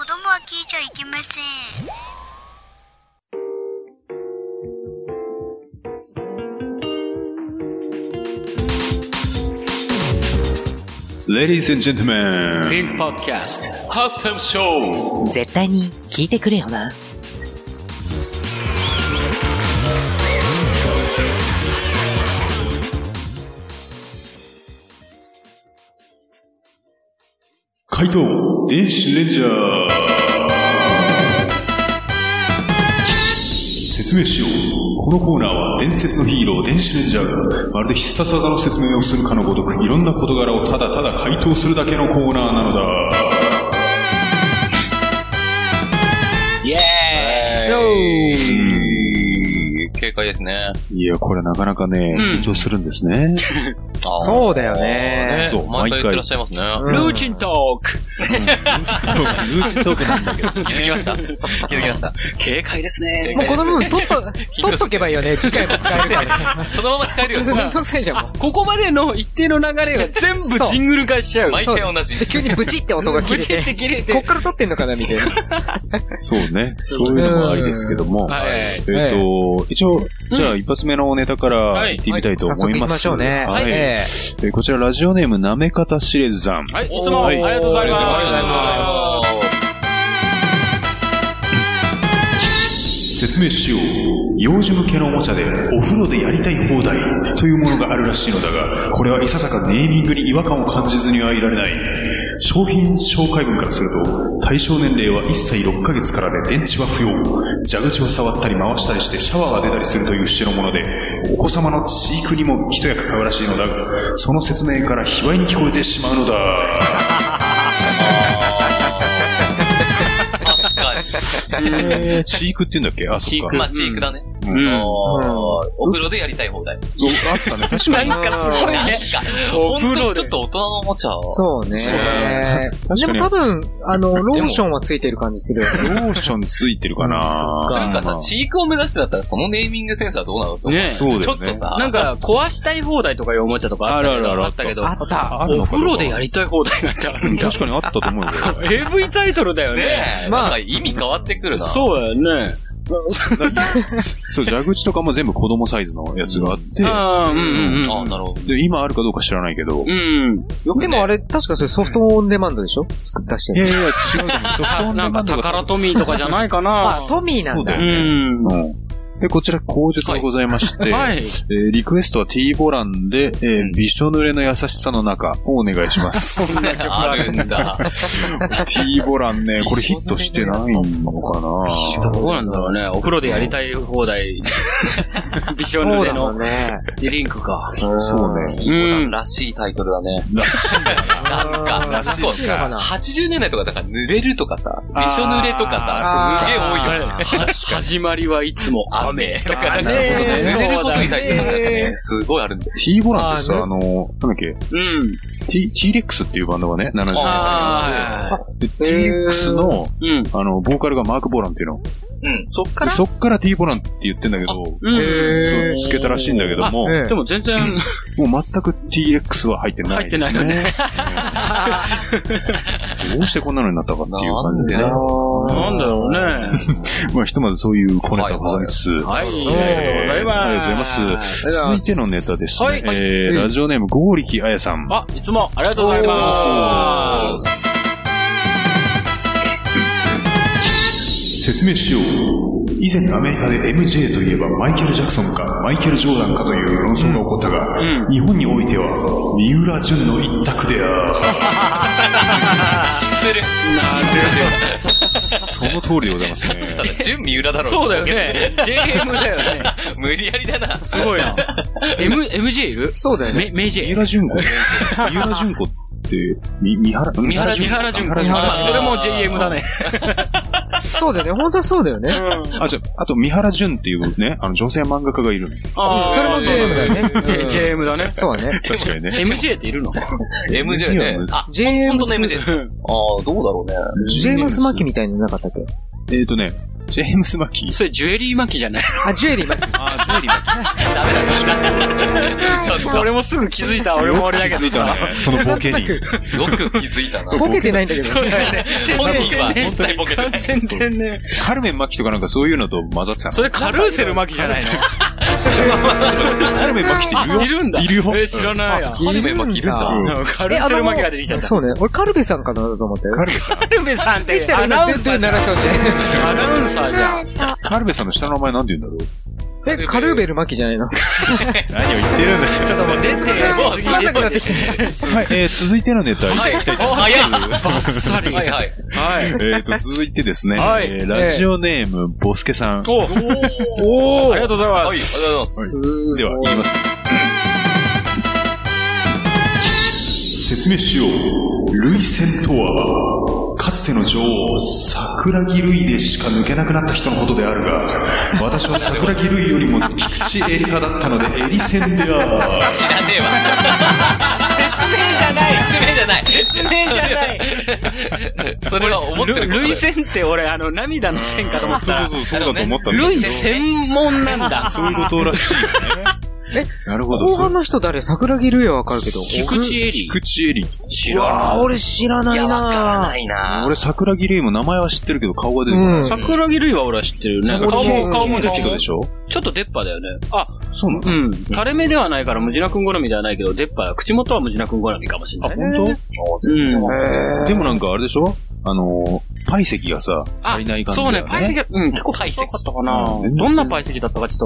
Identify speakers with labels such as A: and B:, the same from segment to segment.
A: 以上いけません
B: ？Ladies and gentlemen,
C: Film Podcast Halftime Show
D: 絶対に聞いてくれよな。
B: 怪盗電子レンジャー。説明しよう。このコーナーは伝説のヒーロー電子レンジャーがまるで必殺技の説明をするかのごとくいろんな事柄をただただ回答するだけのコーナーなのだ。
C: イエ
E: ーイ警戒ですね。
B: いや、これなかなかね、
C: うん
B: 緊張するんですね。
E: あー
F: そうだよね
E: ね
B: そう
E: 毎
B: 毎回
E: 回言ってらっしゃいますね。
F: う
C: ー
F: ん
C: イルーチントーク
B: ルーチトークなんだけど。
E: 気づきました。気づきました。
C: 警戒ですね
F: もうこの部分取っと、取っとけばいいよね。次回も使えるから。
E: そのまま使えるよ。
F: それめんどくさいじゃん、もう。
C: ここまでの一定の 流れが全部ジングル化しちゃう。
E: 毎回同
F: で
E: じ。
F: 急にブチって音が 切
C: ブ
F: れ。
C: チってて切れて。
F: こっから撮ってんのかなみたいな。
B: そうね。そういうのもありですけども。
C: はい。
B: えっ、と、一応、じゃあ一発目のネタから
C: はい
B: いってみたいと思い
F: 行き
B: ます。
F: ましょうね。
B: はい。
F: え
B: えーこちら、ラジオネーム、なめかたしれずさん。
C: はい、いつもありがとうございます。
E: あ
B: 説明しよう。幼児向けのおもちゃで、お風呂でやりたい放題というものがあるらしいのだが、これはいささかネーミングに違和感を感じずにはいられない。商品紹介文からすると、対象年齢は1歳6ヶ月からで電池は不要。蛇口を触ったり回したりしてシャワーが出たりするという代物で、お子様の飼育にも一役買うらしいのだが、その説明から卑猥に聞こえてしまうのだ。
E: ー確かに。
B: 飼育って言うんだっけあ、
E: チーク、まあチークだね。
C: うん
E: あーお風呂でやりたい放題。
B: あったね。確かに。
C: なんかすごい
E: なん
C: ね
E: か。、
C: お風
E: 本
C: 呂
E: 当
C: で
E: ちょっと大人のおもちゃを。
F: そうね。で
B: 確か
F: も
B: に
F: 多分、あの、ローションはついてる感じするよね。
B: ローションついてるかな
E: なんか
B: ま
E: さ
B: あ、
E: チークを目指してだったらそのネーミングセンスはどうなのと思
C: ね
B: そうだよね。
E: ちょっとさ、
C: なんか、壊したい放題とかいうおもちゃとかあったけ
B: あるある
C: ど、
B: ある
C: あったけど
F: あ、った。
B: ある
C: お
B: のか
C: 風
B: どうか
C: 呂でやりたい放題なんてある
B: うん
C: んだ。
B: 確かにあったと思うよ。
C: AV タイトルだよ
E: ね
C: ね。
E: え、
F: まあ
E: なんか意味変わってくるな。
C: そうだよね。
B: そう、 蛇口とかも全部子供サイズのやつがあっ
C: ああ、うんうんうん。
E: あーなるほど。
B: て、で、今あるかどうか知らないけど、い
C: うん。
F: でもあれ、確かそれソフトオンデマンドでしょ作ったして
B: や
F: る。
B: いや、違う、ソフトオンデ マ
C: なん
B: ン
C: か、
B: ド
C: 宝
B: が。
C: トミーとかじゃないか な。
F: あ、トミーな
B: そうんだ
F: だ。
B: よ
C: う
B: ね。
C: ん。
B: うん。で、こちら、口述がございまして、
C: はい。
B: えーリクエストは T ボランで、えーびしょ濡れの優しさの中をお願いし ます。
E: あるんだ。
B: T ボランね、これヒットしてないのかな
C: どうなんだろうね。お風呂でやりたい放 題。ビショ
F: そ
C: ン
F: う
C: で
F: だも
C: の
F: んね。
C: リリンクか。
B: そうね。
C: うん。
E: らしいタイトルだね。
B: らし
E: なんか、
F: らしい
E: こう
F: のかな
E: 80年代とか、だから濡れるとかさ、びしょ濡れとか
F: あ
E: さ、
F: ー
E: すげえ多いよね。
C: は始まりはいつも雨。
E: だから、
F: な
E: な
F: るほどね
E: 濡れることに対してなんか
C: そうだ
E: ね
C: ね、
E: すごいあるんだよ。
B: T ボランってさ、
F: あー
B: あの、なんだっけ、
C: うん。
B: T、T-Rex っていうバンドがね、70年代。
C: ああ。
B: で T-Rex の、
C: うん。
B: あの、ボーカルがマーク・ボランっていうの。
E: うん。
C: そっか
B: で
C: ら
B: そっから T ボランって言ってんだけど、そう
C: うん。
F: へ
B: つけたらしいんだけども、
F: ええ
C: でも全 然、
B: もう全く TX は入ってないです、ね。
C: 入ってないよね
B: うん。どうしてこんなのになったかっていう感じでね。
E: なん
C: なんだろうね。
B: まあ、ひとまずそういう小ネタございます。
C: はい。あり
B: えーありがとうございます。続いてのネタですね。
C: はいはい
B: えーラジオネーム、ゴーリキあやさん。
C: あ、いつもありがとうございます。
B: 説明しよう以前アメリカで MJ といえばマイケル・ジャクソンかマイケル・ジョーダンかという論争が起こったが、
C: う
B: 日本においては三浦淳の一択であ
E: 濡れる。
B: るその通りでございますね
E: ただ、純三浦だろ。
C: そうだよ。ね。JM だよね。
E: 無理やりだな。
C: すごいな。M、MJ いる
F: そうだよね。
C: メ、メイ ジ
B: 三
C: ェイ。
B: 浦淳子三浦淳子ってみ三原
E: 三原
C: 三原純子。
B: 三
F: 原
C: あ
F: 純子
C: それも JM だね。
F: そうだよね。本当はそうだよね。
B: あ、じゃあ、あと三原淳っていうね、あの女性漫画家がいるの。
C: あー
F: それも JM だよね。うん
C: JM だね。
F: そうだね。
B: 確かにね。
C: MJ っているの
E: MJ ね。あ、
F: JM
E: 本当の MJ です。ああ、どうだろうね。
F: ジェームス・マキみたいなのなかったっけ
B: えっ、とね、ジェームス・マキー。
E: それジュエリー巻きじゃない
F: あ、ジュエリーも、
B: あー、ジュエリーマキ
E: ダメだ、ちょっと。俺もすぐ気づいた、
B: ー。
E: 俺も俺だけ
B: よ
E: ど
B: く気づい
E: さ。
B: たね。そのボケに。
E: よく気づいたな。
F: ボケてないんだけど。
E: 本人は一切ボケてない。全然ね。
B: カルメン・マキとかなんかそういうのと混ざってたの。
C: それカルーセル巻きじゃない
B: カルメン・マキっているよ。
C: のいるんだ。
B: いるよ。
C: え、知ら
B: い。
C: ないや。
E: カルメ巻きいるんだ。
B: うん
C: カルーセル巻きが出てきちゃった。
F: そうね。俺、カルベさんかなと思って。
B: カルメさん。
C: カルメさんっ
F: でき
C: て
F: たら
C: アナ
F: 今、
C: ウ
F: ド
C: ン
F: ゥンド
C: サ
F: ゥ
C: ーじ
F: ン鳴
C: ゃん。
F: らしてほし
C: アナウンサーじゃん。
B: カルメさんの下の名前なんて言うんだろう
F: い。え、カルベルマキじゃないの
B: 何を言ってるんだよ。
C: ちょっともう出てる
E: もう
F: つまんなくなってきて。
B: はい、えー、続いてのネタ
E: はい。
B: いきたいと思います。
E: 早い。
C: バッサリ。
E: はいはい。
C: はい。
B: えーと、続いてですね、
C: はい
B: えーラジオネーム、ボスケさん。では、
C: おおおありがとうございま
E: はい、ありが
C: す。
E: とうございます。
B: 言います。説明しよう。涙腺とは、かつての女王、桜木類でしか抜けなくなった人のことであるが、私は桜木類よりも菊池エリカだったので、エリセンである。
E: 知らねえわ。説明じゃない。説明じゃない。説明じゃない。それは思ってることだよ
C: 涙腺って俺、あの、涙の線かと思った ら、
B: そう、そうだと思ったんだけ
C: 涙
B: ど
C: 専門なん だ。
B: そういうことらしいよ ね。なるほ
F: 後
B: ど。
F: 半の人誰桜木瑠はわかるけど。
C: 菊池エリ
B: 菊池エリ。
E: 知
F: うわぁ、俺知らないい
E: や、わから
F: なぁ。
E: ないな
B: 俺、桜木類も名前は知ってるけど、顔が出てこない。
F: うん。
C: 桜木類は俺は知ってるね。
F: 俺
C: 顔も、顔も
B: 出て
C: 出て
B: きた
C: る
B: でしょ
C: ちょっと出っ歯だよね。あ、
B: そうなの
C: うん。垂れ目ではないから、ムジナ君好みではないけど、出っ歯、口元はムジナ君好みかもしれない。
B: 本
C: 当うん。
B: 当でもなんかあれでしょあのー、パイ石がさ、足りない感じ
C: そ
B: だ
C: うね
B: よ、ね。
C: パイセキ、うん、結構
E: パイセキ
C: 細かったかな
B: う。ん
C: どんなパイセキだったかちょっ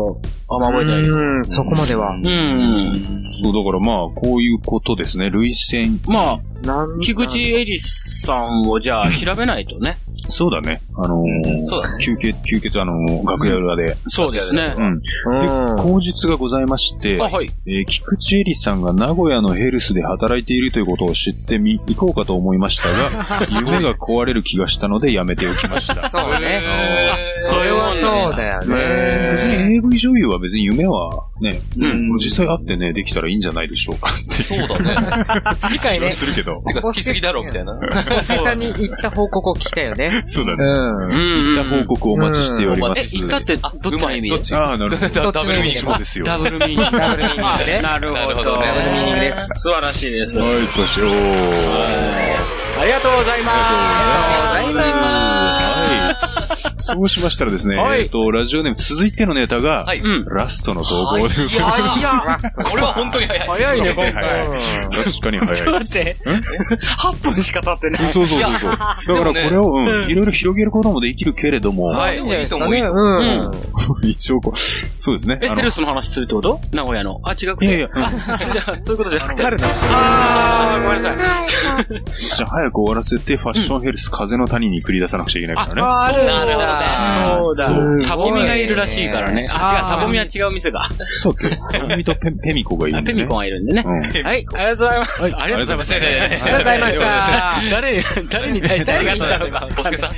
C: と、あんま覚えてないけど。
F: うん、そこまでは。
C: うん。
B: そう、だからまあ、こういうことですね。類線。
C: まあ、
F: なん
C: 菊池エリスさんをじゃあ調べないとね。
B: そうだね。あのー、
E: そうだ
B: 休憩、休憩とあのー、楽屋裏で。
C: そうですね。
B: うん。
F: うん。
B: 口述がございまして
C: あ、、はい。
B: えー菊池エリさんが名古屋のヘルスで働いているということを知ってみ、行こうかと思いましたが、夢が壊れる気がしたのでやめておきました。
F: そうね。
C: そ
F: それはそうだよね。
B: 別に AV 女優は別に夢はね、
C: うん
B: 実際あってね、できたらいいんじゃないでしょうかって
E: そうだね。
F: 次回ね、
B: するけ ど。
E: てか好きすぎだろ、みたいな。
F: 小瀬さんに行った報告を聞きたいよね。
B: そうだ
F: う
B: ね。
F: ん。
C: うん。
B: 行った報告をお待ちしておりま
C: え、
B: す。
C: 行ったって、どっちの意味
E: どっち
B: ああ、なるほど。
F: どっちの意味
B: そうですよ。
C: ダ
B: は
C: ブルミーニング。ダ
F: ブルミーニングね
C: なるほど。
E: なるほどダブルミ
F: ーニングです。
C: 素晴らしいです。あ
B: い、少し、おー。
C: りがとうございます。ありがとうございま
B: はい。そうしましたらですね、
C: はい
B: えっと、ラジオネーム続いてのネタが
E: は、い。
C: うん。
B: ラストの投稿でございます。
E: いや、これは本当に早い。
C: 早いね、今
B: はい
C: 回。
B: 確かに早 いです。
C: ちょっと待って。8分しか経ってない。
B: そうそうそうそう。だからこれを、うんいろいろ広げることもできるけれども、
E: はい
F: いんじゃないですかね。
E: いいと
F: うん。
B: 一応こう、そうですね。
C: え、
B: あ
C: ヘ
B: の
C: ルスの話するってこと名古屋の。あ、違く
B: いやい
C: て。
B: や、うん
C: あ違うそういうことじゃなくて。あー、ごめんなさい。
B: じゃあ早く終わらせて、ファッションヘルス、風の谷に繰り出さなくちゃいけないからね。
F: ある
E: なるほど
B: あー
C: そう
B: そ
C: だ。
F: う
C: タボミがいるらしいからね。あ、違う、
F: あー
C: タボミは違う店だ。
B: そうだっけタボミとペペミコがいる
C: あ
B: ん
C: ペ
B: だ
C: ミ
B: ね
C: コ。がいるんでね。
B: うん
C: はい、ありがとうございます。
B: はい
C: ありがとうございます。
E: ありがとうございます
F: ありがとうございました。
C: 誰、誰に対してありがとうございま
E: ボスケさん。
C: す。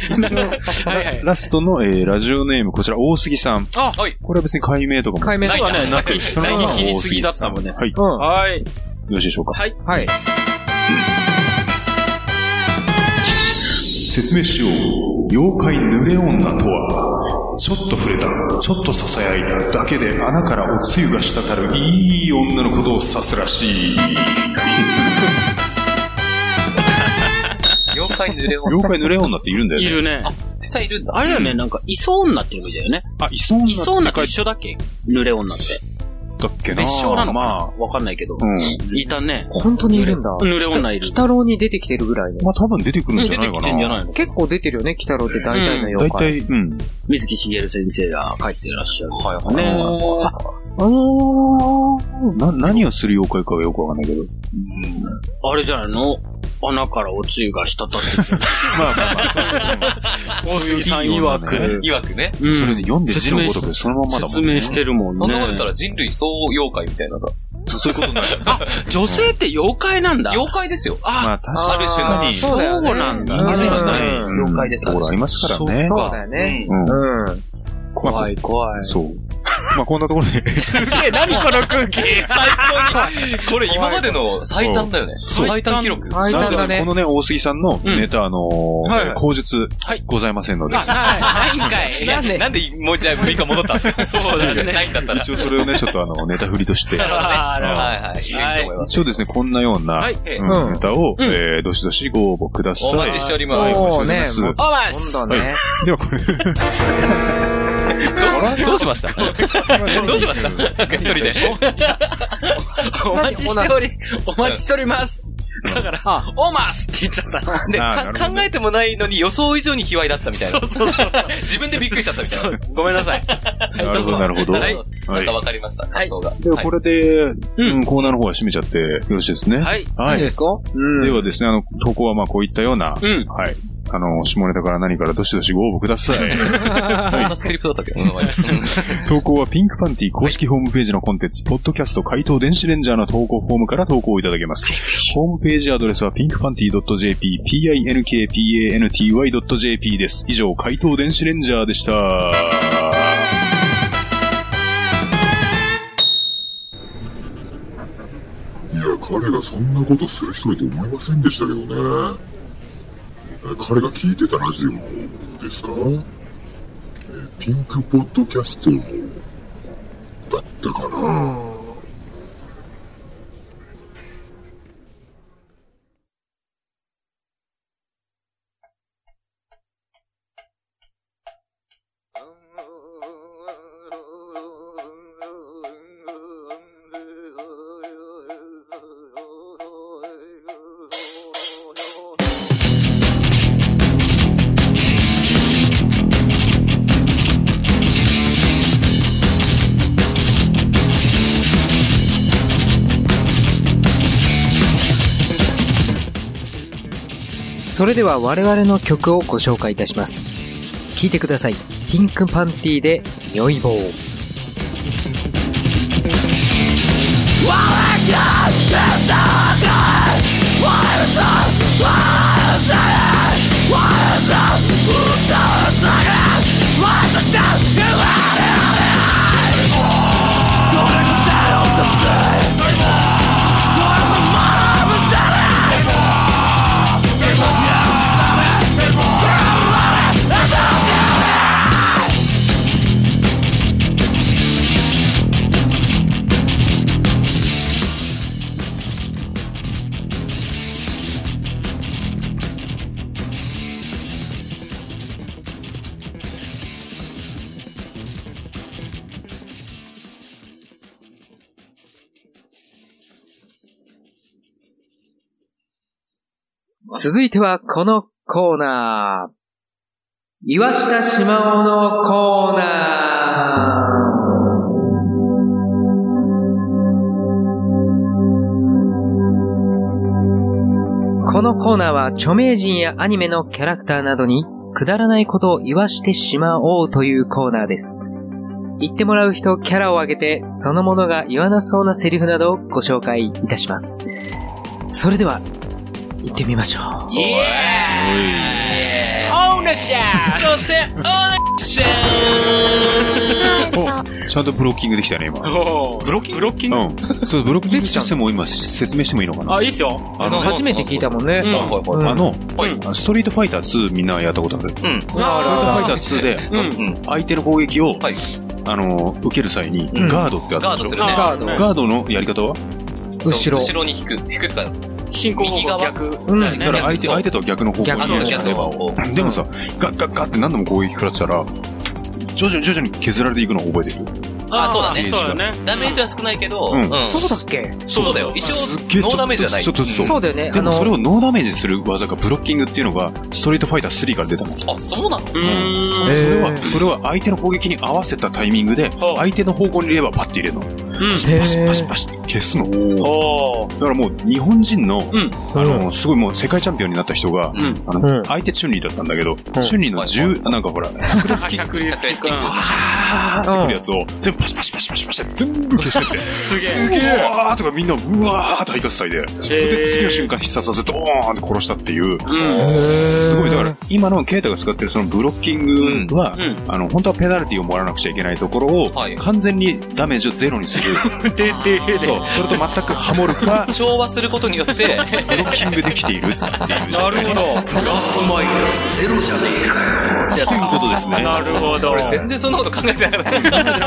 C: はいはい。
B: ラストの、えーラジオネーム、こちら、大杉さん。
E: あ、はい。
B: これは別に解明とかも。
F: 解明
E: ない
F: とかね。
E: な、なく、
B: そのまま
E: ないに切りすぎだったもんね。
B: 大杉さんは
C: はい。
B: い。よろしいでしょうか。
C: はい。
F: うん。はい。
B: 説明しよう。妖怪濡れ女とは、ちょっと触れた、ちょっと囁いただけで穴からおつゆが滴るいい女のことを指すらしい。
E: 妖怪濡れを。
B: 妖怪濡れ女っているんだ
C: い
B: よね。
C: るね。
E: 実際いるんだ。
C: あれだよね、なんか、いそう女っていう意味だよね。
B: あ、いそう
C: いそう
B: な
C: 女
B: って
C: と
B: 書い
C: 一緒だっけ濡れ女って。
B: たっけな。
C: 別称なのかな
B: まあ、
C: わかんないけど。
B: うん。
C: いたね。
F: 本当にいるんだ。
C: 濡れ女いる。
F: 北郎に出てきてるぐらいの。
B: まあ多分出てくるん
C: 出
B: じゃな
C: て
B: いか
C: き
B: な。
C: てんじゃないの
F: 結構出てるよね、北郎って大体の
B: 大
F: 妖怪。
B: 体、うん。
C: 水木しげる先生が書いてらっしゃる。
E: はい
C: ね
B: あのー、な、何をする妖怪かがよくわかんないけど。
C: あれじゃないの穴からおつゆが滴ってる。
B: まあまあまあ。
C: 大杉さん曰く
B: そういう
E: いわくね。
C: う ん
B: それで読んで字のごとくそのまんまだもんね。
C: 説明してるもんね。
E: そんなこと言ったら人類総妖怪みたいなさ。
B: そういうことになる。
C: 女性って妖怪なんだ。
E: 妖怪ですよ。
B: ま
E: あ、
B: あ確
F: あ
E: ある種の
F: ーそうだよね。
C: そうなんだ
B: かに。
F: うん
B: うん
E: 妖怪です
B: ところありますからね。
F: そうだよね。
B: うん。
F: うん。
B: 怖い。
C: 怖い。
B: そう。 まあこんなところで。
F: え、何この空気
E: 高に。これ今までの最短だよね。
B: そう
E: 最短記録。
F: 最
B: な
F: 短
B: ぜな
F: だ
B: ら
F: ね
B: こ。のね、大杉さんのネタ、あのー
E: はいはい
B: 口述
E: はい、
B: ございませんので、
F: はい。ないんか
E: い
F: な
E: や
F: んで
E: なんで、もうじゃあ、6日戻ったんですかそうだね。 ないんだったら。
B: 一応それをね、ちょっとあの、ネタ振りとして、
E: なるほどね。
B: あ
E: はいはい。いいと思います。
B: 一応ですね、こんなような、
E: はい
B: うんネタを、えーどしどしご応募ください。
E: お待ちしており
B: はい
E: ます。
F: おーね
B: お待ちしており
C: オーバー
F: 今
C: ス
F: 度は ね。
B: ますではこれ、
E: どどうしました どうしました一人で。
C: お待ちしており、お待ちしております。だから、オーマースって言っちゃったの。
E: で、
B: あー
E: か
B: なるほどね
E: 考えてもないのに予想以上に卑猥だったみたいな。
C: そうそう。
E: 自分でびっくりしちゃったみたいな。
C: ごめんなさい。
B: なるほど、なるほど。
E: は
B: はいい。
E: なんかわかりました、感想が。
B: ではこれで、うんコーナーの方は閉めちゃってよろしいですね。
E: はい。
B: はい
F: い
B: い
F: ですか
B: ではですね、あの、投稿はまあこういったような、
C: うん
B: はい。あの、下ネタから何からどしどしご応募ください。
E: そんなスクリプトだったっけお名前うん
B: 投稿はピンクパンティ公式ホームページのコンテンツ、ポッドキャスト回答電子レンジャーの投稿フォームから投稿いただけます。ホームページアドレスは pinkpanty.jp、pinkpanty.jp です。以上、回答電子レンジャーでした。
A: いや、彼がそんなことする人だと思いませんでしたけどね。え彼が聞いてたラジオですかえピンクポッドキャストだったかな
F: それでは我々の曲をご紹介いたします。聴いてください。ピンクパンティーで、如意棒。続いてはこのコーナー。岩下島尾のコーナー。このコーナーは著名人やアニメのキャラクターなどにくだらないことを言わしてしまおうというコーナーです。言ってもらう人、キャラを挙げて、そのものが言わなそうなセリフなどをご紹介いたします。それでは、行ってみましょう。
C: イエーイオーナーシャー
E: そして、オーナッシャー
B: おちゃんとブロッキングできたね、今。
E: ブロッキン
C: ブ
E: グ
C: ロッキング
B: うん。そう、ブロッキングシステムを今説明してもいいのかな
C: あ、いいっすよ。
E: あの
F: 初めて聞いたもんね。
E: うんはいはい
B: あの、
E: はい
B: ストリートファイター2みんなやったことある。ストリー
F: あ
B: トフ
F: らら
B: ァイター2で、
C: うん。
E: うん。
B: 相手の攻撃を、
E: はい
B: あの、受ける際に、
F: うん
B: ガードってあった
E: ガー
B: で
E: ド
B: し
E: す
B: ょ
E: るね。
F: ガード。
B: ガードのやり方は
F: 後ろ。
E: 後ろに引く。引くってか、
C: 進行方
E: 右
C: 向
E: 側
C: 逆。
F: うん。
E: だ
B: だから相手、相手とは逆の方向に
F: 逆
E: あの
F: の
E: 時
B: や
E: は
B: れば。
E: どう
B: でもさ、ガッガッガッって何度も攻撃食らってたら、徐々に徐々に削られていくのを覚えてる。
E: あそうだね
C: そうだね。
E: ダメージは少ないけど、
B: うん
F: そうだっけ
E: そうだよ。一
B: すっげえ
E: 応、ノーダメージじゃない。
B: ちょっとちょっと
F: そうだよね。
B: で
F: あ
B: もそれ
F: の、
B: をノーダメージする技がブロッキングっていうのが、ストリートファイター3から出たの。
E: あ、そうなの
C: うーん。
B: それは、
F: へー
B: それは相手の攻撃に合わせたタイミングで、
C: ほう
B: 相手の方向にいればパッて入れるの。
C: うん
B: パシパシパシパシって消すの。だ
C: おー。
B: からもう日本人の、
C: うん
B: あの、すごいもう世界チャンピオンになった人が、
C: うん。
B: あの、
F: うん
B: 相手チュンリーだったんだけど、チュンリーの
E: は
B: 十
E: い、
B: なんかほら、
C: 百竜月君。
B: あーってくるやつを、全部パシパシパシパシパシって全部消してって。
C: すげえ。
B: すげえうわーとかみんな、うわーって肺活祭で。それで次の瞬間必殺技ドーンって殺したっていう。
C: うん。
B: すごい、だから、今のケイタが使ってるそのブロッキングは、
C: う
B: あの、本当はペナルティをもらわなくちゃいけないところを、
E: はい
B: 完全にダメージをゼロにする。
C: ん。で、で、で。
B: そう。それと全くハモるか、
E: 調和することによって、
B: ブロッキングできているっていう。なるほど。プラスマイナスゼロじゃねえかよ。ということですね。
C: なるほど。ブロ
E: 全然そんなこと考えてなかった。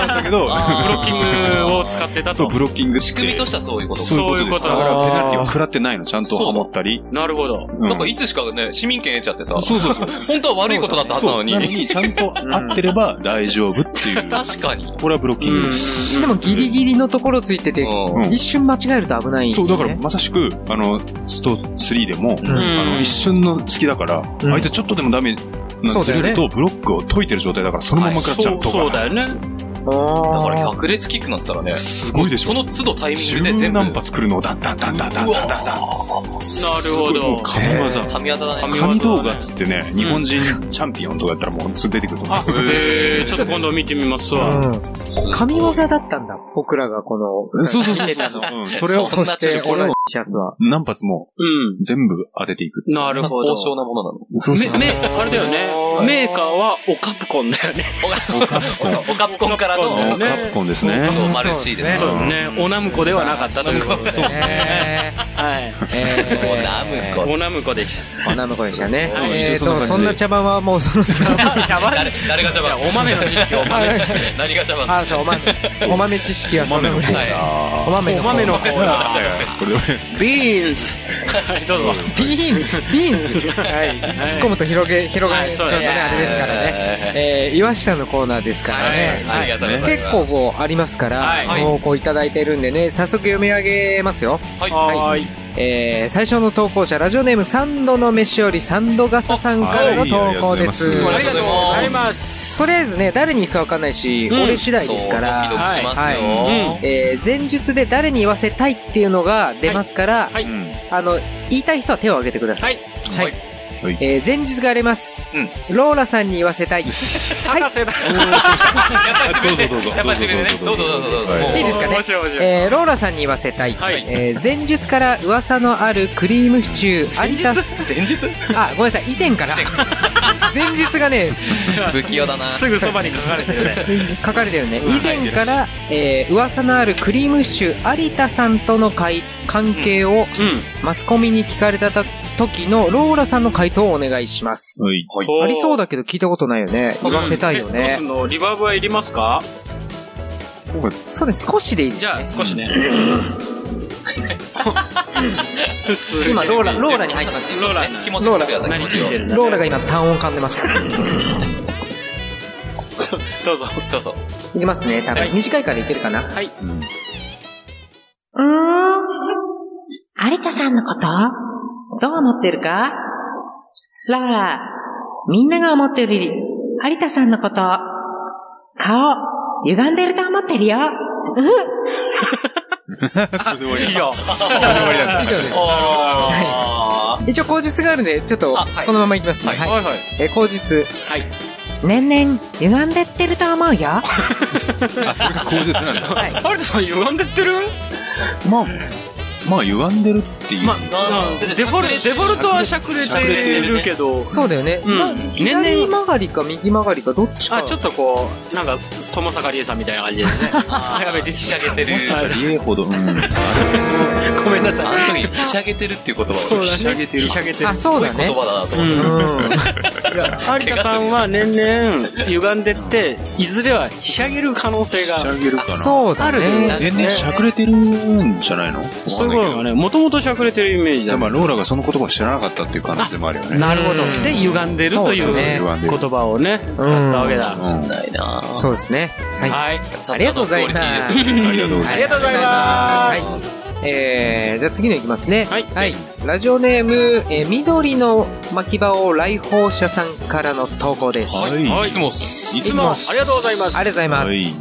B: だけど、
C: ッキングを使ってた
B: そう、
C: と
B: ブ。ロッキングし
E: 仕
B: て。
E: 組みとしてはそういうこと。
B: そういうことです。
C: そうい
B: だ
C: うこと
B: から、ペナルティを食らってないの、ちゃんとハモったり。
C: なるほど。
B: う
E: なんかいつしかね、市民権得ちゃってさ、
B: そうそうそう。
E: 本当は悪いことだったはずなのに
B: そう。なのに、ちゃんと合ってれば大丈夫って いう。
E: 確かに。
B: これはブロッキングです。
F: でもギリギリのところついてて、
E: うん
B: うん
F: 一瞬間違えると危ない、ね。
B: そう、だからまさしく、あの、スト3でも、
F: ん
B: あの、一瞬の隙だから、相手ちょっとでもダメなん
F: そう
B: ず
F: だよ
B: れる
F: ね
B: と、ブロックを解いてる状態だから、そのまま食らっちゃうと
C: そう
B: か。
C: だよね。
E: だ
F: あ
E: から
F: ー
E: 百列キックなんて言ったらね、
B: すごいでし
E: そ
B: ょ。
E: の都度タイミングで
B: 十
E: 全部。
B: 何発来るのを、だんだんだんだんだんだんだんだん。
C: なるほど。
B: 神業。
E: 神業だね。
B: 神動画っつってね、日本人チャンピオンとかやったらもうすぐ出てくると思う
C: あ。、えー、ちょっと今度見てみますわ。
F: うん。神業だったんだ。僕らがこの、
B: そうそう
F: 見てたの。
B: うん、それを、
E: そん
F: そ
E: な
F: して、
E: ちょっと
F: 俺のシャツは。
B: 何発も
C: うん。
B: 全部当てていく。
C: なるほど。
E: 高尚なものなの。
C: め、め、あれだよね。メーカーはオカプコンだよね。
E: おかそうおカプコンから
C: そうだ
E: の
C: よね
B: カプコンですね。
E: そうマルシーですね。
C: そうだね。オナムコではなかったということで。
F: そうね。
C: はい。
E: もう
F: え
E: ナムコ
C: オナムコでし
F: ー、女の子でしたね。
C: はい
F: えー
B: 一応そんな
F: と、
B: 感じで
F: そんな茶番はもうその茶番。
C: た。茶番
E: 誰誰が茶番お豆の知識、お豆知識。何が茶番
F: あ、そう、お豆。お豆知識はそんなぐらい。
B: あ
F: お豆の。
C: お豆のコーナー。
B: ーこれでお願いしま
C: ビーンズ。はい、 どうぞ。
F: ビーン、ビーンズ。はい。突っ込むと広げ、広が
C: は
F: る。
C: い
F: ち
C: そ
F: ょ
C: う
F: っ
C: だ
F: と
C: ね
F: ね、あれですからね。
E: ね。
F: えー、岩下のコーナーですから
E: は
F: ね
E: い。。
F: はい
E: ありがとうございます
F: 結構こうありますから、
C: はい
F: 投稿いただいてるんでね、早速読み上げますよ。
C: は
F: は
C: ーい。
F: えー、最初の投稿者、ラジオネームサンドの飯よりサンドガサさんからの投稿です。
B: はい
E: ありがとうござい
C: ます。
F: とりあえずね、誰に行くかわかんないし、
C: うん
F: 俺次第ですか
E: そうドキ
F: ら、
E: ドキしますよ。
C: う
F: はえー、前述で誰に言わせたいっていうのが出ますから、
C: いはい
B: す。うん
F: あの、言いたい人は手を挙げてください。
C: はい。
F: はい。えー、前日があります。ローラさんに言わせたい。はい。
C: 博士だ。
E: やっぱり自
B: ど
E: 分で、
B: うぞどうぞ
E: やっぱり自分でね。ど
B: ど
E: う
B: う
E: ぞ
B: ぞ
E: ど
B: どう
E: う
B: ぞ
E: ぞどうぞ。
B: はい
E: もう
F: いいですかね
C: 面白い面白い。
F: えー、ローラさんに言わせたい。
C: はい
F: えー、前述から噂のあるクリームシチュー、有田、
E: 前日
F: あ、ごめんなさい、以前 から。前述がね、
E: 不器用だな。
C: すぐそばに書かれてるね。
F: 書かれてるね。以前から、えー、噂のあるクリームシチュー、有田さんとの会関係を
C: うん。
F: マスコミに聞かれた時のローラさんの回答をお願いします。
B: はい。
F: ありそう
C: だ。
F: だけど聞いたことないよね。言わせたいよ
C: えどう
F: ね
C: すん。のリバーブはいりますか
F: そうです、少しでいいです。
C: じゃあ、少 しね。 すげえ
F: 今、ローラ、ローラに入ってます。
E: ローラ、気持ちよくしてください、気
C: 何
E: 持ち
C: 聞
E: よ
C: いて
E: く。
C: る
F: ローラが今、単音噛んでますから。い
C: どうぞ。
E: どうぞ。
F: きますね、多
C: はい
F: 分。短いからいけるかな。
D: うーん。有田さんのことどう思ってるかラーラ、みんなが思ってるより、有田さんのこと、顔、歪んでると思ってるよ。
B: それで終わり
C: 以上。
F: 以上です。
E: あ
F: 一応、口実があるんで、ちょっと
E: あはい、
F: このままいきますね。
E: ー。
F: はい。
E: いはい。
F: えー、口実。
D: 年々、歪んでってると思うよ。
B: あ、それが口実なんだ。
F: はい。
C: ハルトさん歪んでってる
B: まあ、まあ、歪んでるっていう。
C: まあ
E: う、ん
C: デフォルデフォルトはしゃくれ
E: しゃくれ
C: て
E: てる
C: る
E: ね
C: けど、
F: そうだよね。
C: うん
F: な
C: 年々
F: 左曲がりか右曲がりかどっちか。
C: あ、ちょっとこう、なんか、友坂理恵さんみたいな感 じですね。あやべ、ディス
E: ひしゃげてる。
C: はい
B: 家ほど、うん。
C: ごめんなさい。
E: あの時、ひしゃげてるっていう言葉は、
C: そうだね。
B: ひしゃげてる
C: ひしゃげてる
F: あ、。そうだ
E: すごい
F: ね
E: 言。葉だなと思っ
F: う
E: て。
F: ん。
C: 有田さんは年々歪んでって、いずれはひしゃげる可能性
B: ひしゃ
C: が。
B: げるかな。
F: そうだね。
B: 全然しゃくれてるんじゃないの
C: そういうこと
B: わかん
C: が
B: ない
C: ね、もともとしゃくれてるイメー
B: け
C: ジ
B: ど
C: だ
B: で。も、ローラがその言葉を知らなかったっていう可能性もあるよね。
C: なるほど
F: うん。
C: で、歪んでるとい
F: そううだね
C: 言
B: 歪んでる。
C: 葉をね、使ったわけだ。
B: うん。
E: ないなぁ
F: そうですね。はい。
C: はい。
E: さすがのクオリティですよ
B: ありがとうございます
C: ありがとうございます。
F: はい。えー、じゃあ次のいきますね。
C: はい
F: ラジオネーム、えー、緑の巻き場を来訪者さんからの投稿です。
B: はい。
E: いつもっす、
C: いつもありがとうございます。
F: ありがとうございます。
B: はい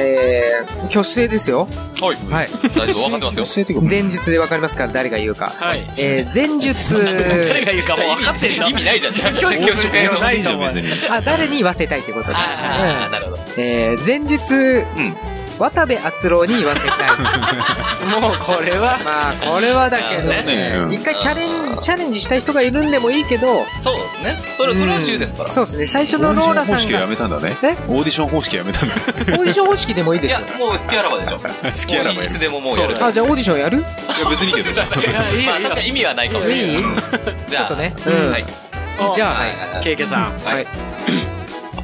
F: えー、挙手制ですよ。
E: はい。
F: はい。
E: 最初分かってますよ。
B: 教えてく
F: 前日でわかりますから誰が言うか。
C: はい。
F: えー、前日、
C: 誰が言うかもう分かってんだ
E: 意。味ないじゃん。
C: 教室
E: 教室
C: 教室ないと思う
B: 別に。
F: あ、誰に言わせたいってことで。
E: ああ、なるほど。
F: えー、前日、
E: ん
F: 渡部篤郎に言わ せたい。
C: もうこれは、
F: まあ、これはだけど
E: なるほど
B: ね
F: ね
B: う、ん
F: 一回チャレン、チャレンジしたい人がいるんでもいいけど、
E: そうですね。それ、それは自由ですから。
F: そうですね、最初
B: オー
F: の
B: デ
F: ロ
B: ィショ
F: ー
B: ン
F: ラさ
B: 方
F: ん
B: 式は
F: が、
B: やめたんだね。
F: え
B: オーディション方式はやめた んだね。
F: オーディション方式でもいい
E: い
F: です
E: や
F: よ。、
E: もう好きあらばでしょ。
B: 好
E: 好きあらば。いつでももうやる。
F: あ、じゃあオーディションやる
B: いや別にいいけど。
C: いい
E: まあ、確かに意味はないかもしれない。
F: いい
E: うんじ
F: ちょ
E: ゃあ
F: っとね。うん。
E: はい。
F: じゃあ、
E: はいはいはい
C: ケイケさん。
F: はい。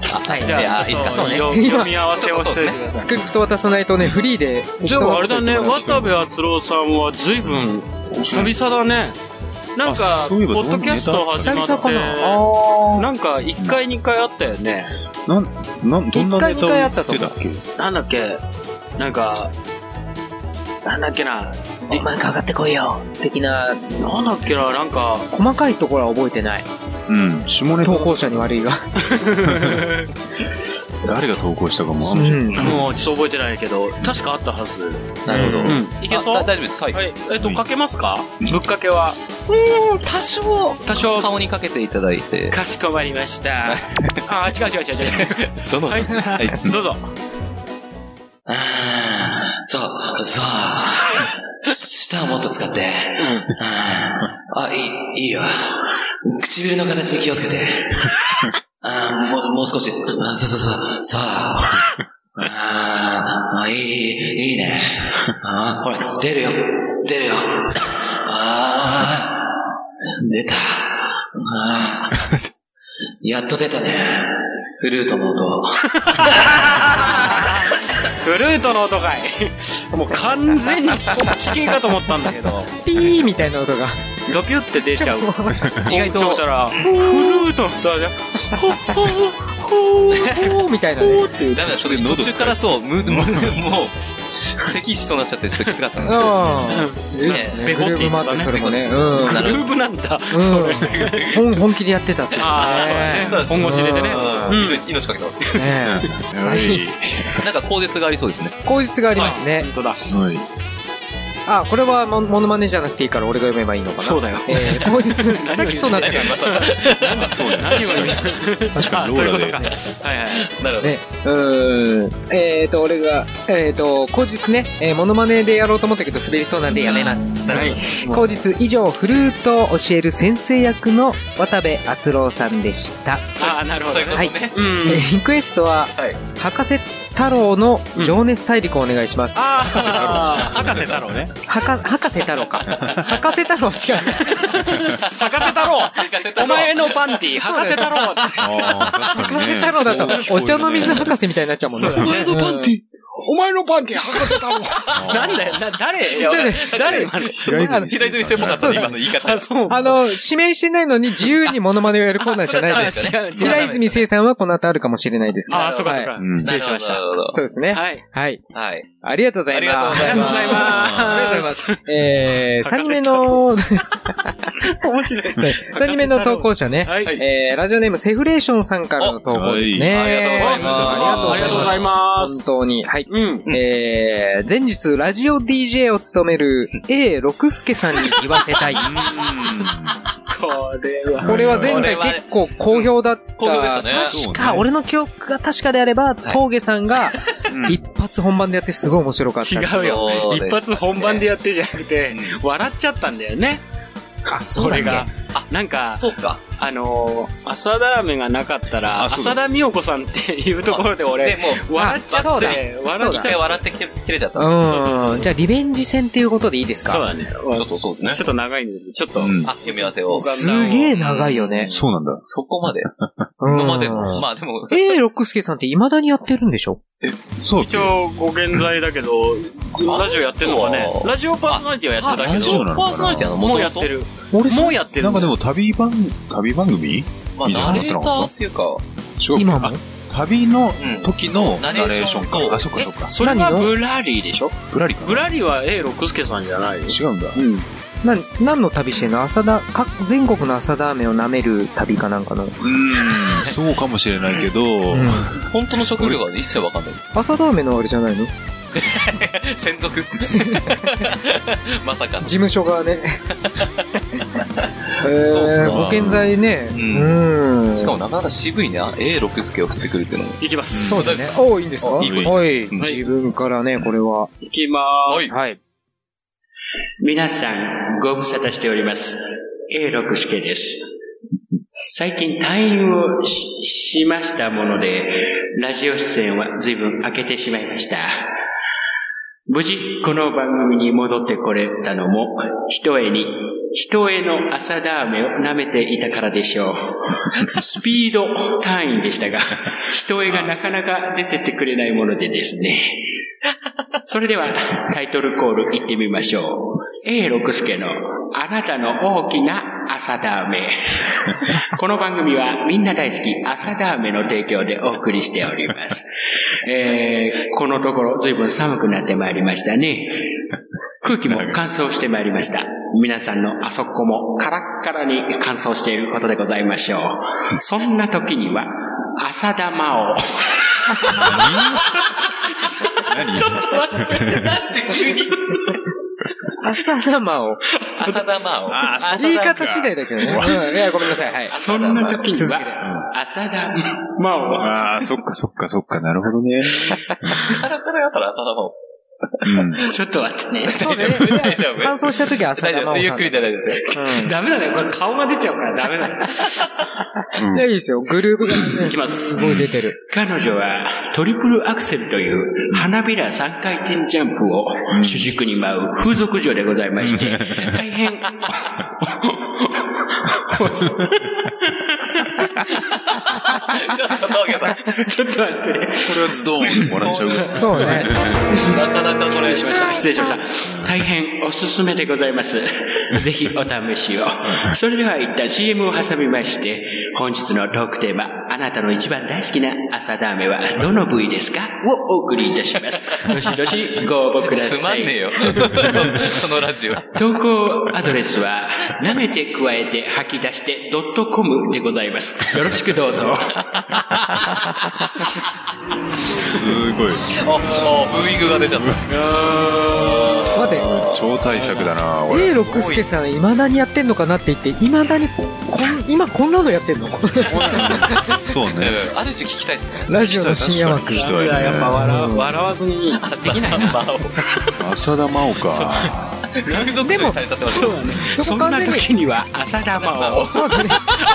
E: は
F: はい
C: じゃあ、
E: いやいいですか
C: ちょっと
F: そうね
C: 読読み合わせをしておいてくだ
F: ス
C: さい。
F: クリプト渡さないとね、フリーで。
C: じゃあ、あれだね、
B: そうそう
C: 渡部篤郎さんは随分、久々だね。なんか、
B: あ
C: ポ
B: そういえば
C: ッドキャスト始
F: 久
C: ま
F: 々かな
C: っ
F: あ
C: て、
F: ー
C: なんか、1回、2回あったよね。
B: なん、なん、どんなネ
F: 一回二回あ
B: タを
F: ったと
B: 言
F: 思
B: って
F: う
B: たっけ
C: なんだっけ、なんか、なんだっけな、
F: お前かかってこいよ的
C: な
F: な、
C: んだっけな、なんか、
F: 細かいところは覚えてない。
B: うん。下ネタ
F: 投稿者に悪いが。
B: 誰が投稿したかもあんま
F: ん。
C: もうちょっと覚えてないけど、確かあったはず。
E: なるほど。
B: うん
C: うん。いけそう
E: あだ大丈夫です。はい。
C: はい。えっと、かけますかぶっかけは。
E: 多少、
C: 多少
E: 顔にかけていただいて。
C: かしこまりました。あ、違う違う違う違う。
E: どの
C: はい。どうぞ。
E: さあ、さあ、し 舌をもっと使って。あ、いい、いいよ。唇の形に気をつけて。あもう、もう少し。あそうそうそう。さあ。ああ、いい、いいいいね。あほら、出るよ。出るよ。ああ、出た。ああ、やっと出たね。フルートの音。
C: フルートの音かい。もう完全にこっち系かと思ったんだけど、
F: ピーみたいな音が。
C: ドピュって出ちゃう。
E: 意外
C: そう
E: と
C: た、ら、フルートの音が、ほっほっほっ
F: おーみたいなね。
E: ダメだ、ちょっと
B: 喉
E: 途中からそう、む、む、もう、咳しそうになっちゃって、ちょっときつかったな。
F: うん。いいですね。
C: ペコ
F: グ
C: って
F: ル
C: 言
F: ー
C: っ
F: ブもあ
C: て
F: ったて、
C: ね
F: それもね。うん。
E: な
C: グ
E: る
C: ルーブなんだ。
F: うん
C: それ。
F: 本本気でやってたって。
C: ああ、そう
F: ね
C: だね。本腰入れてね。
E: う
C: うんん
E: 命、命かけてますけど。
F: ね
B: はい。
E: なんか、口舌がありそうですね。
F: え口実がありますね
C: 本。当だ。
B: はい。
F: あ、これはモモノマネじゃなくていいから俺が読めばいいのかな。
C: そうだよ。
F: えー、口実、
C: 何を言って
F: さっきそうなって
E: 何が
F: た
E: 今更。
B: なんかそうね。
C: 何を言う
B: 確か
C: あ、
B: に
C: そういう
B: ロ
C: こ
B: ー
C: と
B: ラ
C: か。
B: で。
C: はいはい。
E: なるほど。
F: ね、うーん。えーと、俺が、えーと、口実ね、えー、モノマネでやろうと思ったけど滑りそうなんでやめます。
C: はい。
F: 後日以上フルートを教える先生役の渡部篤郎さんでした、
C: ああ、なるほど
E: そういう
C: ね。
E: ことね。
C: う
F: え
C: ん。
F: ーリクエストは、
E: はい
F: 博士太郎の情熱大陸をお願いします、
C: ああ、博士太郎ね。
F: はか博士太郎か博士太郎違う
C: 博士太郎お前のパンティ、博士太郎
B: ああ、確か
F: 博
B: に
F: 士
B: ね。
F: 太郎だとお茶の水
B: そう聞こ
F: 博士みたいになっちゃうもんね
C: そうだね
F: 前のパンティ
C: お前のパンティ、博士太郎
B: えるね
C: なんだよ、な、誰
F: ちょっとね
C: 誰今の
B: 平泉
F: あ
E: 平泉専門家
F: そう
E: の
F: です
E: 今の言い方。
C: あ、そう。
F: あの指名してないのに自由にモノマネをやるコーナーじゃないです
E: あ
C: 違う違う。
F: 平泉聖さんはこの後あるかもしれないですけど
C: あ、そうかそう
F: はい
C: か。
B: うん
C: 失礼しました
E: な。るほどなるほ
F: そうですね
C: はい。
F: はい
E: どはい。
F: ありがとうござ
E: あ
F: い
E: り
F: ます
E: がとうございます。
C: ありがとうございます
F: ありがとうございます。えー、3
C: 博士
F: 人目
C: 太
F: の、
C: 面白い。
F: 3人目の投稿者ね。
C: はい。
F: えー、ラジオネームセフレーションさんからの投稿ですね。
E: はいあ
C: あ
E: り
C: り
E: が
C: が
E: と
C: とう
E: うご
C: ご
E: ざ
C: ざ
E: い
C: いま
F: 本
C: す。
F: 当に。はい。
C: うん。
F: えー、前日、ラジオ DJ を務める A 六輔さんに言わせたい。
C: これは。
F: これは前回
E: これはね
F: 結構好評だった。
E: 好評でしたね
F: 確か、俺の記憶が確かであれば、峠さんが一発本番でやってすごい面白かった。
C: 違う
E: そ
C: よ
E: う。です
C: 一発本番でやってじゃなくて、笑っちゃったんだよね。
F: あ、そ
C: そう
F: だ
C: れ
F: っけ
C: が。あ、なんか、
E: そうか。
C: あのー、浅田飴がなかったら、
B: あそうだ
C: 浅田美代子さんっていうところで
E: で
C: 俺、
E: もう、
C: 笑っちゃ
F: あそ
C: っ
F: うだ
C: て、
E: そ
C: 笑
E: う
C: っ
E: 一
C: ち
E: 回
C: ゃっ
E: 笑ってきて切れちゃった。
F: うん。じゃあ、リベンジ戦っていうことでいいです
C: た。そう
F: か
C: だね。
E: ちょっとそうです
C: ちょっと長いんで、ちょっと。
B: うん
E: あ、読み合わせを。
F: すげえ長いよね。
B: そうなんだ。
E: そこまで。
F: うん
E: 今までの。まあでも、
F: えー、六輔さんって未だにやってるんでしょ
B: そうだっけ
C: 一応、ご現在だけど、ラジオやってんのかね
E: あそう
C: ラジオパーソナリティはやってた
B: あ
C: け
B: ラジオな
C: ど、
B: のかな
E: パーソナリティなの
C: もうやって。る。もうやってる
B: なんかでも旅番、旅番組
E: まあ、ナレーターっていうか、
B: 違う
F: 今も
B: あ旅の
E: うん
B: 時の
E: ナ
B: ナレ
E: レー
B: ー
E: シ
B: シ
E: ョ
B: ョ
E: ン
B: ン
E: か
B: か。あ、そっかそっか。
C: それが
F: 何の
C: ブラリーでしょ
B: ぶらりか
C: ブラリーは A 六輔さんじゃない
B: 違うんだ。
C: うん。
F: な、何の旅してんの朝だ、か全国の朝ラーメンを舐める旅かなんかの。
B: うん、そうかもしれないけど、
E: 本当の職業が一切わかんない。
F: 朝ラーメンのあれじゃないの事
E: 専属まさか。
F: 務所 がね。え
E: そう
F: ー、
E: か
F: 保険剤ね。う
E: うん
F: ん。
E: しかもなかなか渋いな、A 六助を振ってくるっていうのも。
C: いきます。
F: そうだね。おーいいんですか
E: あいいです
F: はい。
E: ん
F: 自分からね、これは。
C: いきまーす。
E: はい。
F: はい。
G: 皆さん、ご無沙汰しております。A6 助です。最近退院をししましたもので、ラジオ出演は随分開けてしまいました。無事、この番組に戻ってこれたのも、ひとえに、ひとえの朝ラーメンを舐めていたからでしょう。スピード単位でしたが、ひとえがなかなか出てってくれないものでですね。それでは、タイトルコール行ってみましょう。A6 助のあなたの大きな朝ダーメン。この番組はみんな大好き朝ダーメンの提供でお送りしております。えー、このところ随分寒くなってまいりましたね。空気も乾燥してまいりました。皆さんのあそこもカラッカラに乾燥していることでございましょう。そんな時には、朝玉を。
B: 何
F: 朝生を。
E: 浅田真央。
B: あー
E: 浅
F: 言い
E: 田真央
F: 方次第だけどね。うん。いや、ごめんなさい。はい。
G: そんな時に
F: 続けて
G: は、浅田真央。
B: ああ、そっかそっかそっか、なるほどね。
E: カラカラだから浅田真央。
B: うん。
G: ちょっと待ってね。
F: そうだね。
E: 大丈夫。
F: 乾燥した時は朝
E: 大
F: 生
E: 丈
F: を。
E: 夫。ゆっくりで大丈夫ですよ。
F: うん。
G: ダメだね。これ顔が出ちゃうからダメだね。
F: いや、いいですよ。グルーブがね、
G: いきます
F: すごい出てる。
G: 彼女はトリプルアクセルという花びら3回転ジャンプを主軸に舞う風俗嬢でございまして、大 変。
E: ちょっと峠さん。
G: ちょっと待ってね。
B: それはズドーン笑っちゃうぐらい。
F: そうね。
E: なかなかこ
G: 失
E: れ
G: 礼し。ました。失礼しました。大変おすすめでございます。ぜひお試しを。それでは一旦 CM を挟みまして、本日のトークテーマ、あなたの一番大好きな朝ダーメンはどの部位ですかをお送りいたし ます。どしどしご応募くだ
E: つま
G: さ
E: ん
G: い。
E: ねえよ。そそのラジオ。
G: 投稿アドレスは、舐めて加えて吐き出してドットコムでございます。よろしくどうぞ。
B: すごい。
E: お、お、ブーイングが出ちゃった。
F: 待て、
B: 超大作だな、俺。
F: 聖 六輔さん、未だにやってんのかなって言って、未だにこん、今こんなのやってんの
B: そうね。
E: うんある種聞きたいですね。
F: ラジオの深夜枠。
B: 人
C: ダメだ、やっぱ笑笑わずに。
E: できないな、魔王。
B: 浅田真央か。
E: 風俗嬢にされちゃってます
C: そうだね。
F: そ
G: そ
F: こ
G: ん
F: 完
G: な
F: 全に、
G: 時には朝ダーメン を。
F: そうだね。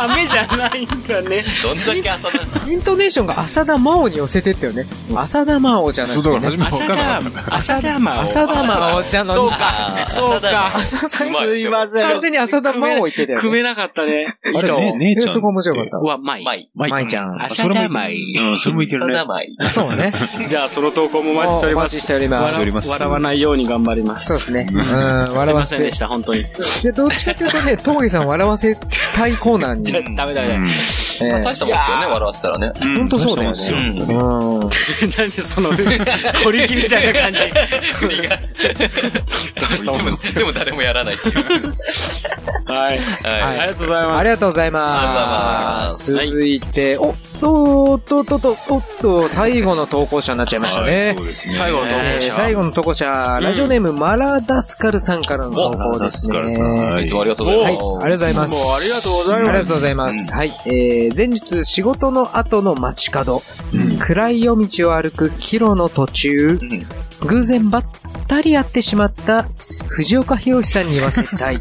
C: 雨じゃないんだね。
E: どんだけ浅田
F: イントネーションが浅田真央に寄せてったよね。浅田真央じゃな
B: そ
F: く
B: う、だ
F: て、
B: から
F: ね。
B: 初め分か
C: 朝
B: んなか
C: だ
B: った。、
C: 朝だまを。
F: 浅田真央じゃな
C: そう
F: くて、
E: あ
C: か、
E: ー
C: そうか。
F: 浅田真央。
C: すいません。
F: 完全に浅田真央言ってたよ
C: 組め
F: ね。
C: なかったね。
B: あれね、姉
F: え、
B: ちゃん。
F: そこ面白かっ
G: は、まい。
E: まい。
B: マイ
F: た。
B: ク
F: 舞ちゃん。
G: 朝ダーメン。
B: うん、それもいけ
E: そ
B: る
E: れ
B: ね
E: は。まい。
F: そうね。
C: じゃあ、その投稿もお待ちしており
F: お
C: ま
F: 待ちし
C: す。
F: ております。
B: しております
C: 笑笑わないように頑張ります。
F: そうですね。うん、笑
C: すい
F: わ
C: ませ
F: せ
C: ん
F: て
C: で。した、本当に。
F: いや、どっちかっていうとね、峠さん笑わせたいコー ナーに。
C: ダメダメダメ。
F: ええ
E: 大したもんですけどね、笑わせたらね。
B: うん
F: ほんとそうだよね
B: 大したもんですよ
F: う ん。
C: なんでその、取り木みたいな感じ。どうしたもん です
E: でも誰もやらないっていう。はい。
C: はい。ありがとうござい
F: あ
C: ま
F: りがとうござ
E: ありがと
F: い
E: う
F: ま
E: ご
F: す。続いて、おっと、おっと、おっと、おっと、おっと、最後の投稿者になっちゃいました
B: はい
F: ね
B: そ。うですね。
C: す。最後の投
F: え
C: 稿
F: ー
C: 者。
F: 最後の投稿者、ラジオネーム、マラダスカルさんからの投稿ですね。
B: マラダスカルさんはい
E: いつもありがとうご
F: は
E: ざ
F: い、あり
E: いま
F: がとう
E: す。
F: ございます。
C: もうありがとうございます
F: ありがとうございます。はい、えー、前日仕事の後の街角、暗い夜道を歩く帰路の途中、
E: ん
F: 偶然ばったり会ってしまった藤岡弘さんに言わせたい。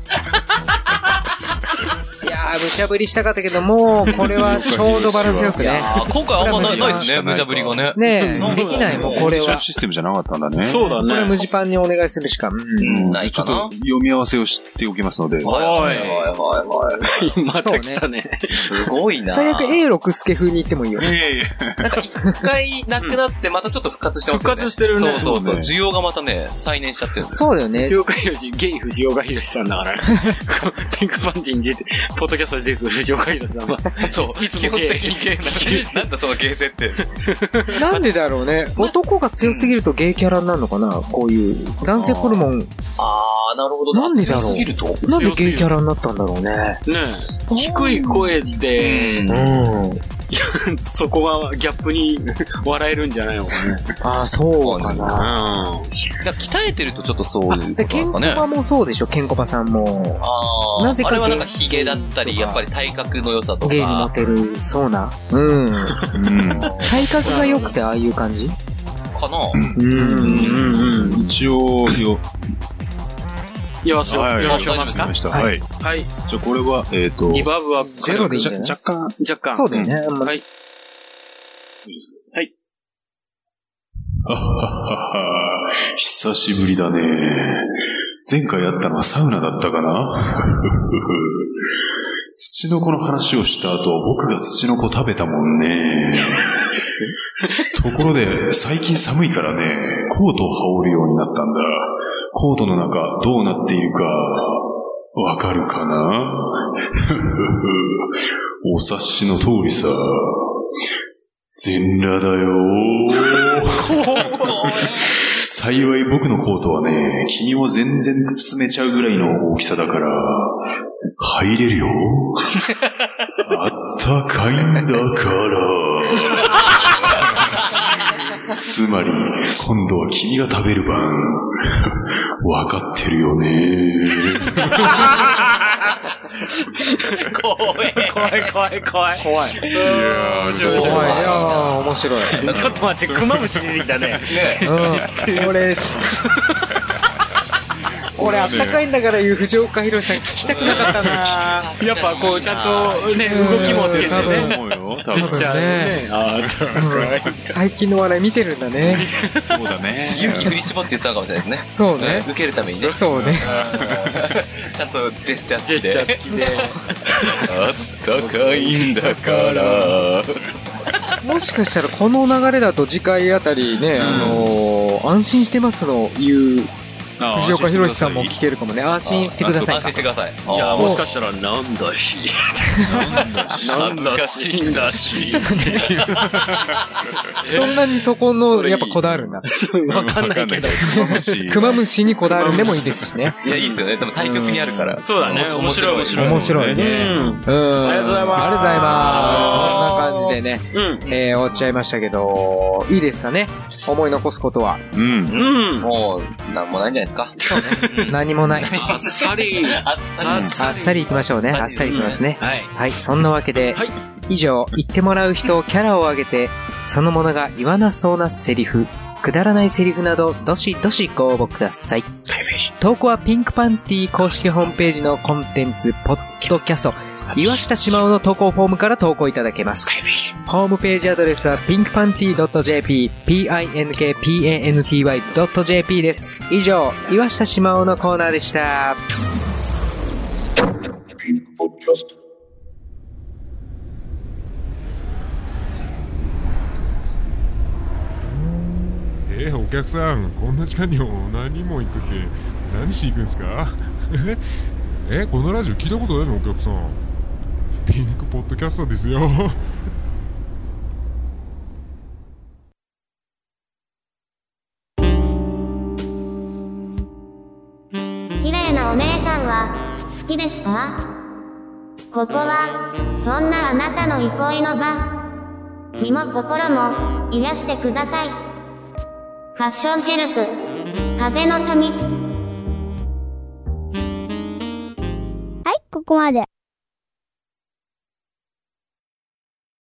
F: いやー、無茶ぶりしたかったけど、もう、これはちょうどバランスよくね。
E: あー今回あんまないないです
B: しかな
E: ね、
B: い
E: 無
B: か
E: 茶ぶりがね。
F: ねえ、できない、もうこれ
B: オーディショ
F: は
B: ン。システムじゃなかったんだね。
C: そうだ
F: これ
C: ね
F: 無。地パンにお願いするしか。うん
E: うんない
B: ちょ
E: か
B: っ
E: な。
B: と読み合わせをしておきますので。
E: はいはいはいはいは
C: また来たね。
E: い。すごいな。
F: 最悪 A6 助風に言ってもいいよ。
B: え
E: なんか一回なくなって、またちょっと復活してますよね。
C: 復活してるね
E: そうそうそ
B: そ
E: う。
B: う
E: 需要がまたね、再燃しちゃってるんです
F: そうだよね。
C: 藤岡弘、ゲイ藤岡弘さんだから。ピンクパンティに出て、ポッドキドキャストで出てくる藤岡弘さんは。
E: そう。
C: いつも
E: 基本
C: ゲー
E: 的にゲーなんなんだそのゲーセンって。
F: なんでだろうね。男が強すぎるとゲイキャラになるのかなこういう。男性ホルモン、
E: あー、なるほど
F: なんでだろう
E: 強すぎると。
F: なんでゲイキャラになったんだろうね。
C: ねえ低い声で、
E: う。
F: うんん。
C: そこはギャップに笑えるんじゃないのか
F: あ、そうかな。
C: な。
E: いや鍛えてるとちょっとそういうことな
F: で、
E: んで
F: ケン
E: す
F: コ
E: かね。
F: バもそうでしょ、ケンコバさんも。
E: あー
F: なぜか
E: あれはなんか
F: ゲイ
E: ヒゲだったり、やっぱり体格の良さと
F: ゲイにモ
E: か。
F: テるそうな。うん。
B: うん。
F: 体格が良くてああいう感じ
E: かな
F: うん。
C: うんうん。
B: 一応、よ、
C: よし、
B: はい
C: よろしくお願いします
B: ま
C: か
B: した。
F: はい
B: はい。
C: はい。
B: じゃあこれは、えっと、
C: リバーブは
F: ゼロでいいんじゃない
B: じゃ若干、
C: 若干。
F: そうだよね。まあ
C: はい。
B: あははは 久しぶりだね。前回やったのはサウナだったかな 土の子の話をした後、僕が土の子食べたもんね。ところで、最近寒いからね、コートを羽織るようになったんだ。コートの中、どうなっているか、わかるかな お察しの通りさ。全裸だよ。幸い僕のコートはね、君を全然詰めちゃうぐらいの大きさだから、入れるよ。あったかいんだから。つまり、今度は君が食べる番。わかってるよね。
E: 怖え。
C: 怖い怖い怖い。怖い。
B: いやー、
F: おいい
B: もう
F: やー面白い。
C: ちょっと待って、クマムシ出てきた ね。
F: うん。俺、 俺あったかいんだからいう藤岡弘さん聞きたくなかったな。
C: やっぱこ う、ちゃんとね、
F: うん
C: 動きもつけてね。
B: 思うよ、多
C: ジ
B: 分
C: ェスチャーでね。あー
F: 最近の笑い見てるんだね。
B: そうだね。
E: 勇気振り絞って言ったのかもしれないですね。
F: そうね。
E: 受けるためにね。
F: そうね。
E: ちゃんとジェスチャー
C: ジェス
E: 付き
C: チャー
E: で。
C: 付きで。
E: あったかいんだから。
F: もしかしたらこの流れだと次回あたりね、あのー安心してますのいう藤岡弘さんも聞けるかもね。安心してください
E: 安
F: か
E: 心し。てください。
C: いや、
E: あ
C: もしかしたら、なんだし。 なんだし。なんだし。
F: そんなにそこの、やっぱこだわるんだ。
C: わかんないけど。
F: クマムシにこだわるんでもいいですしね。
E: ーいや、いいですよね。多分対局にあるから。
C: そうだね。面白い面白い。
F: 面白いね
C: うん。
F: う
C: あり
F: ん。
C: がとうございます
F: ありがとうございます。そんな感じでね。
C: うん。
F: えー、終わっちゃいましたけど、いいですかね思い残すことは
B: うん。
C: うん。
E: もう、なんもないんじゃないですか。
F: 何もない。
C: あっさり。
E: あっ
C: あ
E: さ
C: っ
E: り。
F: あっさり行きましょうね。あっさり行きますね。
C: はい。
F: はい、そんなわけで、
C: はい
F: 以上、言ってもらう人、キャラを上げて、そのものが言わなそうなセリフ、くだらないセリフなど、どしどしご応募ください。投稿はピンクパンティ公式ホームページのコンテンツ、ポッドキャスト、岩下しまおの投稿フォームから投稿いただけます。ホームページアドレスは pinkpanty.jp、pinkpanty.jp です。以上、岩下しまおのコーナーでした。
A: ピンクポッドキャスト。
H: えーお客さんこんな時間にも何も行くって何しに行くんですか えこのラジオ聞いたことないのお客さんピンクポッドキャストですよ
I: 綺麗なお姉さんは好きですかここはそんなあなたの憩いの場身も心も癒してくださいファッションヘルス風の谷はいここまで